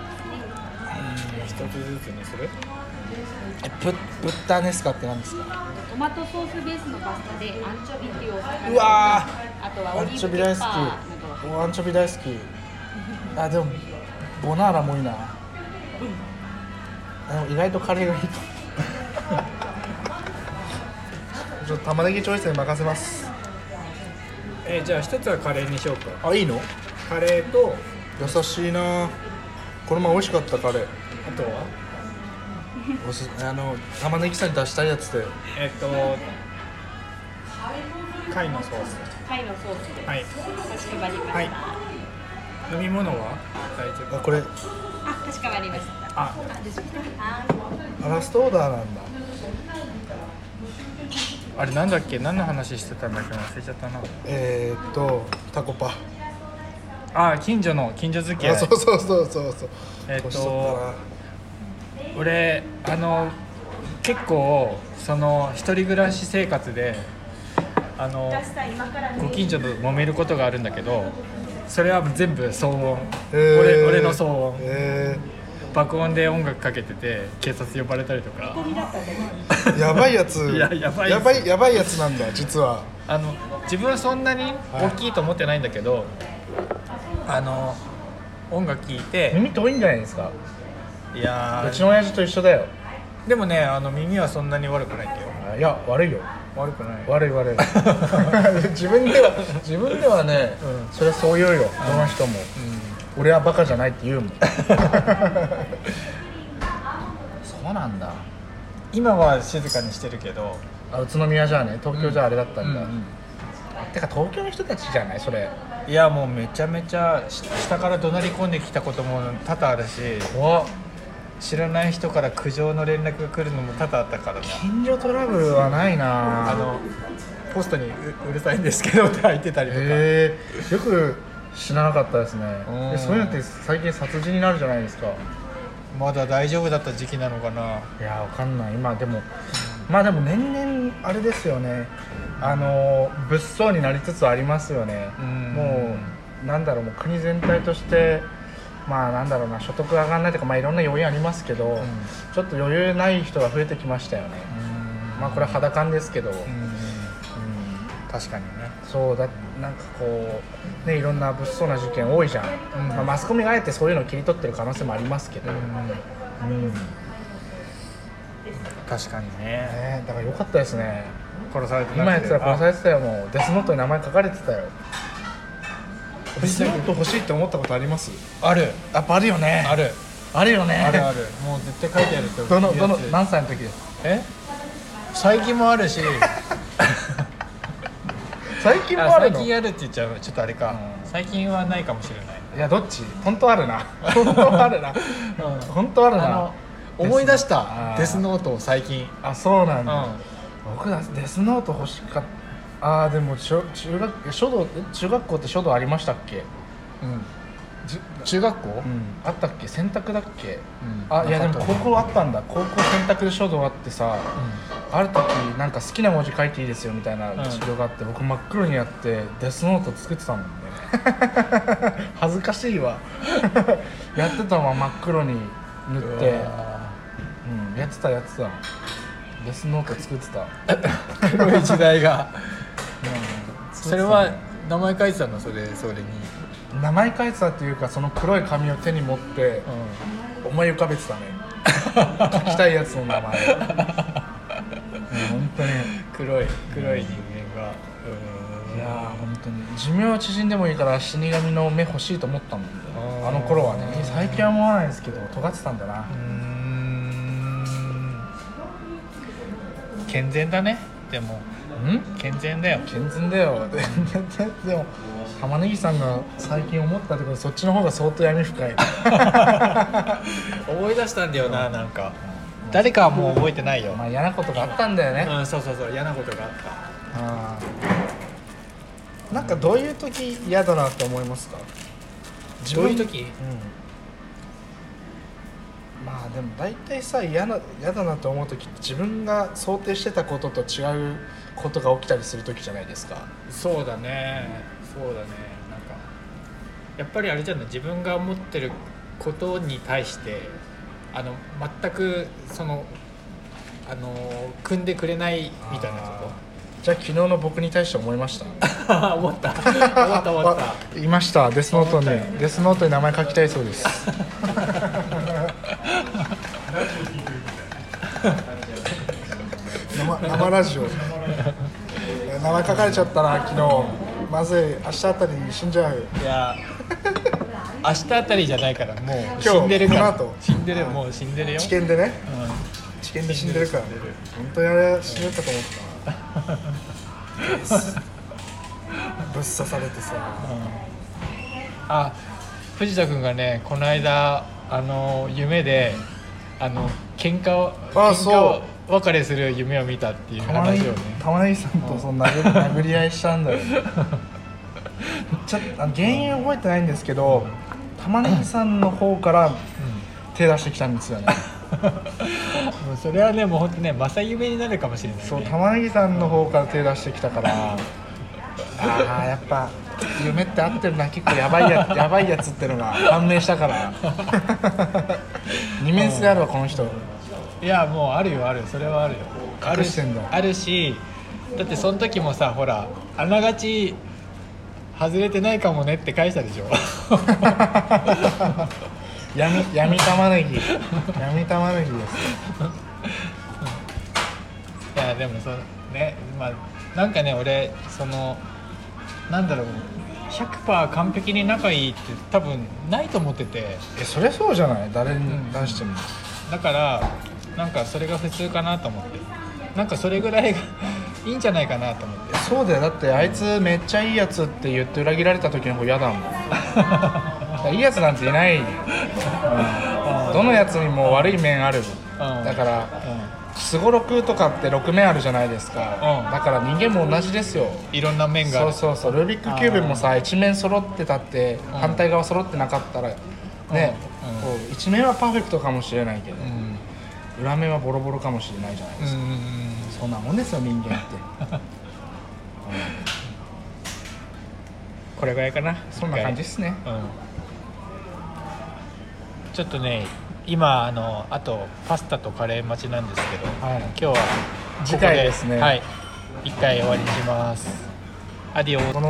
S3: ますね。
S1: 一つずつにする
S2: えぶブッダネスカって何ですか
S3: トマトソースベースのパスタでアンチョビっていうお魚
S2: うわ
S3: あとは
S2: ア
S3: オ
S2: ン
S3: リー
S2: チョ
S3: ブ
S2: ビ
S3: ペ
S2: 大
S3: ッ
S2: 好
S3: パーな
S2: きおアンチョビ大好きあでもボナーラもいいなあでも意外とカレーがいいかちょっと玉ねぎチョイスに任せます
S1: えじゃあ一つはカレーにしようか
S2: あいいの
S1: カレーと
S2: 優しいなこの前美味しかったカレー
S1: あとは
S2: おすあの玉ねぎさんに出したいやつで
S1: えっ、と貝のソース
S3: ど貝のソースで
S1: はい
S3: かしこまりました、
S1: はい飲み物は大丈
S2: あこれ
S3: あかしこまりました
S1: あ
S3: あ大丈夫ですはい
S2: あラストオーダーなんだ
S1: あれなんだっけ何の話してたんだっけ忘れちゃったな
S2: えー、っとタコパ
S1: あ近所の近所付き合
S2: あ
S1: い
S2: そうそうそうそうそう
S1: えっと
S2: 年取ったな
S1: 俺あの結構その一人暮らし生活であのご近所と揉めることがあるんだけどそれは全部騒音、
S2: えー
S1: 俺俺の騒音、
S2: え
S1: 爆音で音楽かけてて警察呼ばれたりとか
S2: ー、やばいやつ
S1: いややばいや
S2: や
S1: つ
S2: ばいやばいやつなんだ実は
S1: あの自分はそんなに大きいと思ってないんだけど、あの音楽聴いて
S2: 遠いんじゃないですか
S1: いやー
S2: の親父と一緒だよ
S1: でもねあの耳はそんなに悪くないんだよ
S2: いや悪いよ
S1: 悪くない
S2: 悪い 悪い自分では自分ではね、
S1: うん
S2: それはそう言うよどの人も、俺はバカじゃないって言うもん そうなんだ
S1: 今は静かにしてるけど
S2: あ宇都宮じゃね東京じゃあれだったんだ、
S1: うんうん
S2: てか東京の人たちじゃないそれ
S1: いやもうめちゃめちゃし下から怒鳴り込んできたことも多々あるし
S2: お
S1: 知らない人から苦情の連絡が来るのも多々あったからね
S2: 近所トラブルはないな
S1: あのポストにううるさいんですけどって入ってたりとか、
S2: へえよく知らなかったですね
S1: うん
S2: えそういうのって最近殺人になるじゃないですか
S1: まだ大丈夫だった時期なのかない
S2: やわかんない今でもまあでも年々あれですよねあの物騒になりつつありますよね
S1: うん
S2: もうなんだろうもう国全体としてまあなんだろうな所得が上がらないとかまあいろんな要因ありますけど、ちょっと余裕ない人が増えてきましたよね、まあこれは肌感ですけど、
S1: うん確かにね
S2: そうだなんかこうねいろんな物騒な事件多いじゃん、まあ、マスコミがあえてそういうのを切り取ってる可能性もありますけど、うん
S1: 確かにね
S2: ね、だから良かったですね
S1: 殺されてなくて
S2: 今やつら殺さ
S1: れ
S2: れてたよもうデスノートに名前書かれてたよフジスマップ欲しいって思ったことあります
S1: ある
S2: やっぱあるよね
S1: ある
S2: あるよね
S1: あるあるもう絶対書いてあるって
S2: どのどの
S1: やつ
S2: 何歳の時です
S1: え最近もあるし
S2: 最近もあ
S1: 最
S2: るの
S1: 近あるって言っちゃうちょっとあれか、最近はないかもしれない
S2: いやどっち本当あるな本当ある な
S1: うん
S2: 本当ある
S1: あ
S2: な
S1: の思い出した
S2: あー
S1: デスノートを最近
S2: あそうなん
S1: うん
S2: だ、僕だデスノート欲しかったあーでも中中学書道え中学校って書道ありましたっけ、
S1: じゅ中学校、
S2: あったっけ選択だっ
S1: う
S2: け、
S1: ん
S2: あいやでも
S1: なかった
S2: 高校あったんだ高校選択で書道あってさ、ある時なんか好きな文字書いていいですよみたいな授業があって、僕真っ黒にやってデスノート作ってたも んね恥ずかしいわ やってたまま真っ黒に塗って
S1: うわ
S2: うんやってたやってたデスノート作ってた
S1: ー黒い時代がそれは
S2: 作って
S1: 名前書いてたのそれそれに、
S2: たね名前書いてたっていうかその黒い紙を手に持って思い浮かべてたね書きたいやつの名前を、うん、本当に
S1: 黒い黒い人間が
S2: いやー本当に寿命は縮んでもいいから死神の目欲しいと思ったもん
S1: あー
S2: あの頃はね最近は思わないですけど尖ってたんだな
S1: うーん健全だねでも
S2: うん
S1: 健全だよ
S2: 健全だよ 全然でも玉ねぎさんが最近思ったってことそっちの方が相当闇深い
S1: 思い出したんだよななんか誰かはもう覚えてないよ
S2: まあ嫌なことがあったんだよね、
S1: うんそうそうそう嫌なことがあった
S2: あーなんかどういう時嫌だなって思いますか自分
S1: どういう時
S2: うんまあでも大体さ嫌な嫌だなと思う時って自分が想定してたことと違うことが起きたりする時じゃないですか
S1: そうだねそうだねなんかやっぱりあれじゃない自分が思ってることに対してあの全くそのあの組んでくれないみたいなこ
S2: じゃあ昨日の僕に対して思いました
S1: と思 った思った思っ
S2: あ
S1: た
S2: いましたデスノート
S1: 思った
S2: にデスノートに名前書きたいそ うです生生ラジオ名前書かれちゃったな昨日まずい明日あたりに死んじゃう
S1: いや 明日あたりじゃないからもう
S2: 日
S1: 死んでるから
S2: この後
S1: 死んでるよもう死んでるよ
S2: 治験でね
S1: うん
S2: 治験で死んでるから本当にあれは死ぬかと思ったな ぶっ刺されてさ
S1: あ藤田君がねこの間あの夢であの喧嘩を
S2: あ
S1: 喧嘩
S2: そ
S1: を別れする夢を見たっていう
S2: 玉ね
S1: 話
S2: ぎ
S1: をね
S2: 玉ねぎさんとその殴り殴り合いしたんだよねちょっとあの原因覚えてないんですけど玉ねぎさんの方から手出してきたんですよね
S1: もうそれはねもう本当ね正夢になるかもしれない、ね、
S2: そう玉ねぎさんの方から手出してきたからああやっぱ夢って合ってるな結構やばいややばいやつってのが判明したから 二面性あるわこの人
S1: いやもうあるよあるそれはあるよある
S2: 隠してんだ
S1: あるしだってその時もさほらあながち外れてないかもねって返したでしょ
S2: 闇闇玉ねぎ闇玉ねぎです
S1: いやでもそのねまあなんかね俺そのなんだろう100%完璧に仲いいって多分ないと思ってて
S2: えそりゃそうじゃない誰に
S1: うん
S2: 出しても、
S1: だからなんかそれが普通かなと思ってなんかそれぐらいが いいんじゃないかなと思って
S2: そうだよだってあいつめっちゃいいやつって言って裏切られた時の方嫌だもんだからいいやつなんてい ない、うん、どのやつにも悪い面ある、
S1: うん
S2: だから
S1: う
S2: すごろくとかって6面あるじゃないですか、
S1: うん
S2: だから人間も同じですよ
S1: んいろんな面があ
S2: そ
S1: る
S2: うそうそうルービックキューブもさ一面揃ってたって、
S1: ん
S2: 反対側揃ってなかったらね、
S1: うん
S2: こう一面はパーフェクトかもしれないけど、
S1: うん
S2: 裏面はボロボロかもしれないじゃないですか、
S1: うん
S2: そんなもんですよ人 間って
S1: これぐらいかな
S2: そんな感じですね
S1: うんちょっとね今あのあとパスタとカレー待ちなんですけど、
S2: はい
S1: 今日はここ
S2: 次回ですね
S1: はい一回終わりにしますアディオ
S2: この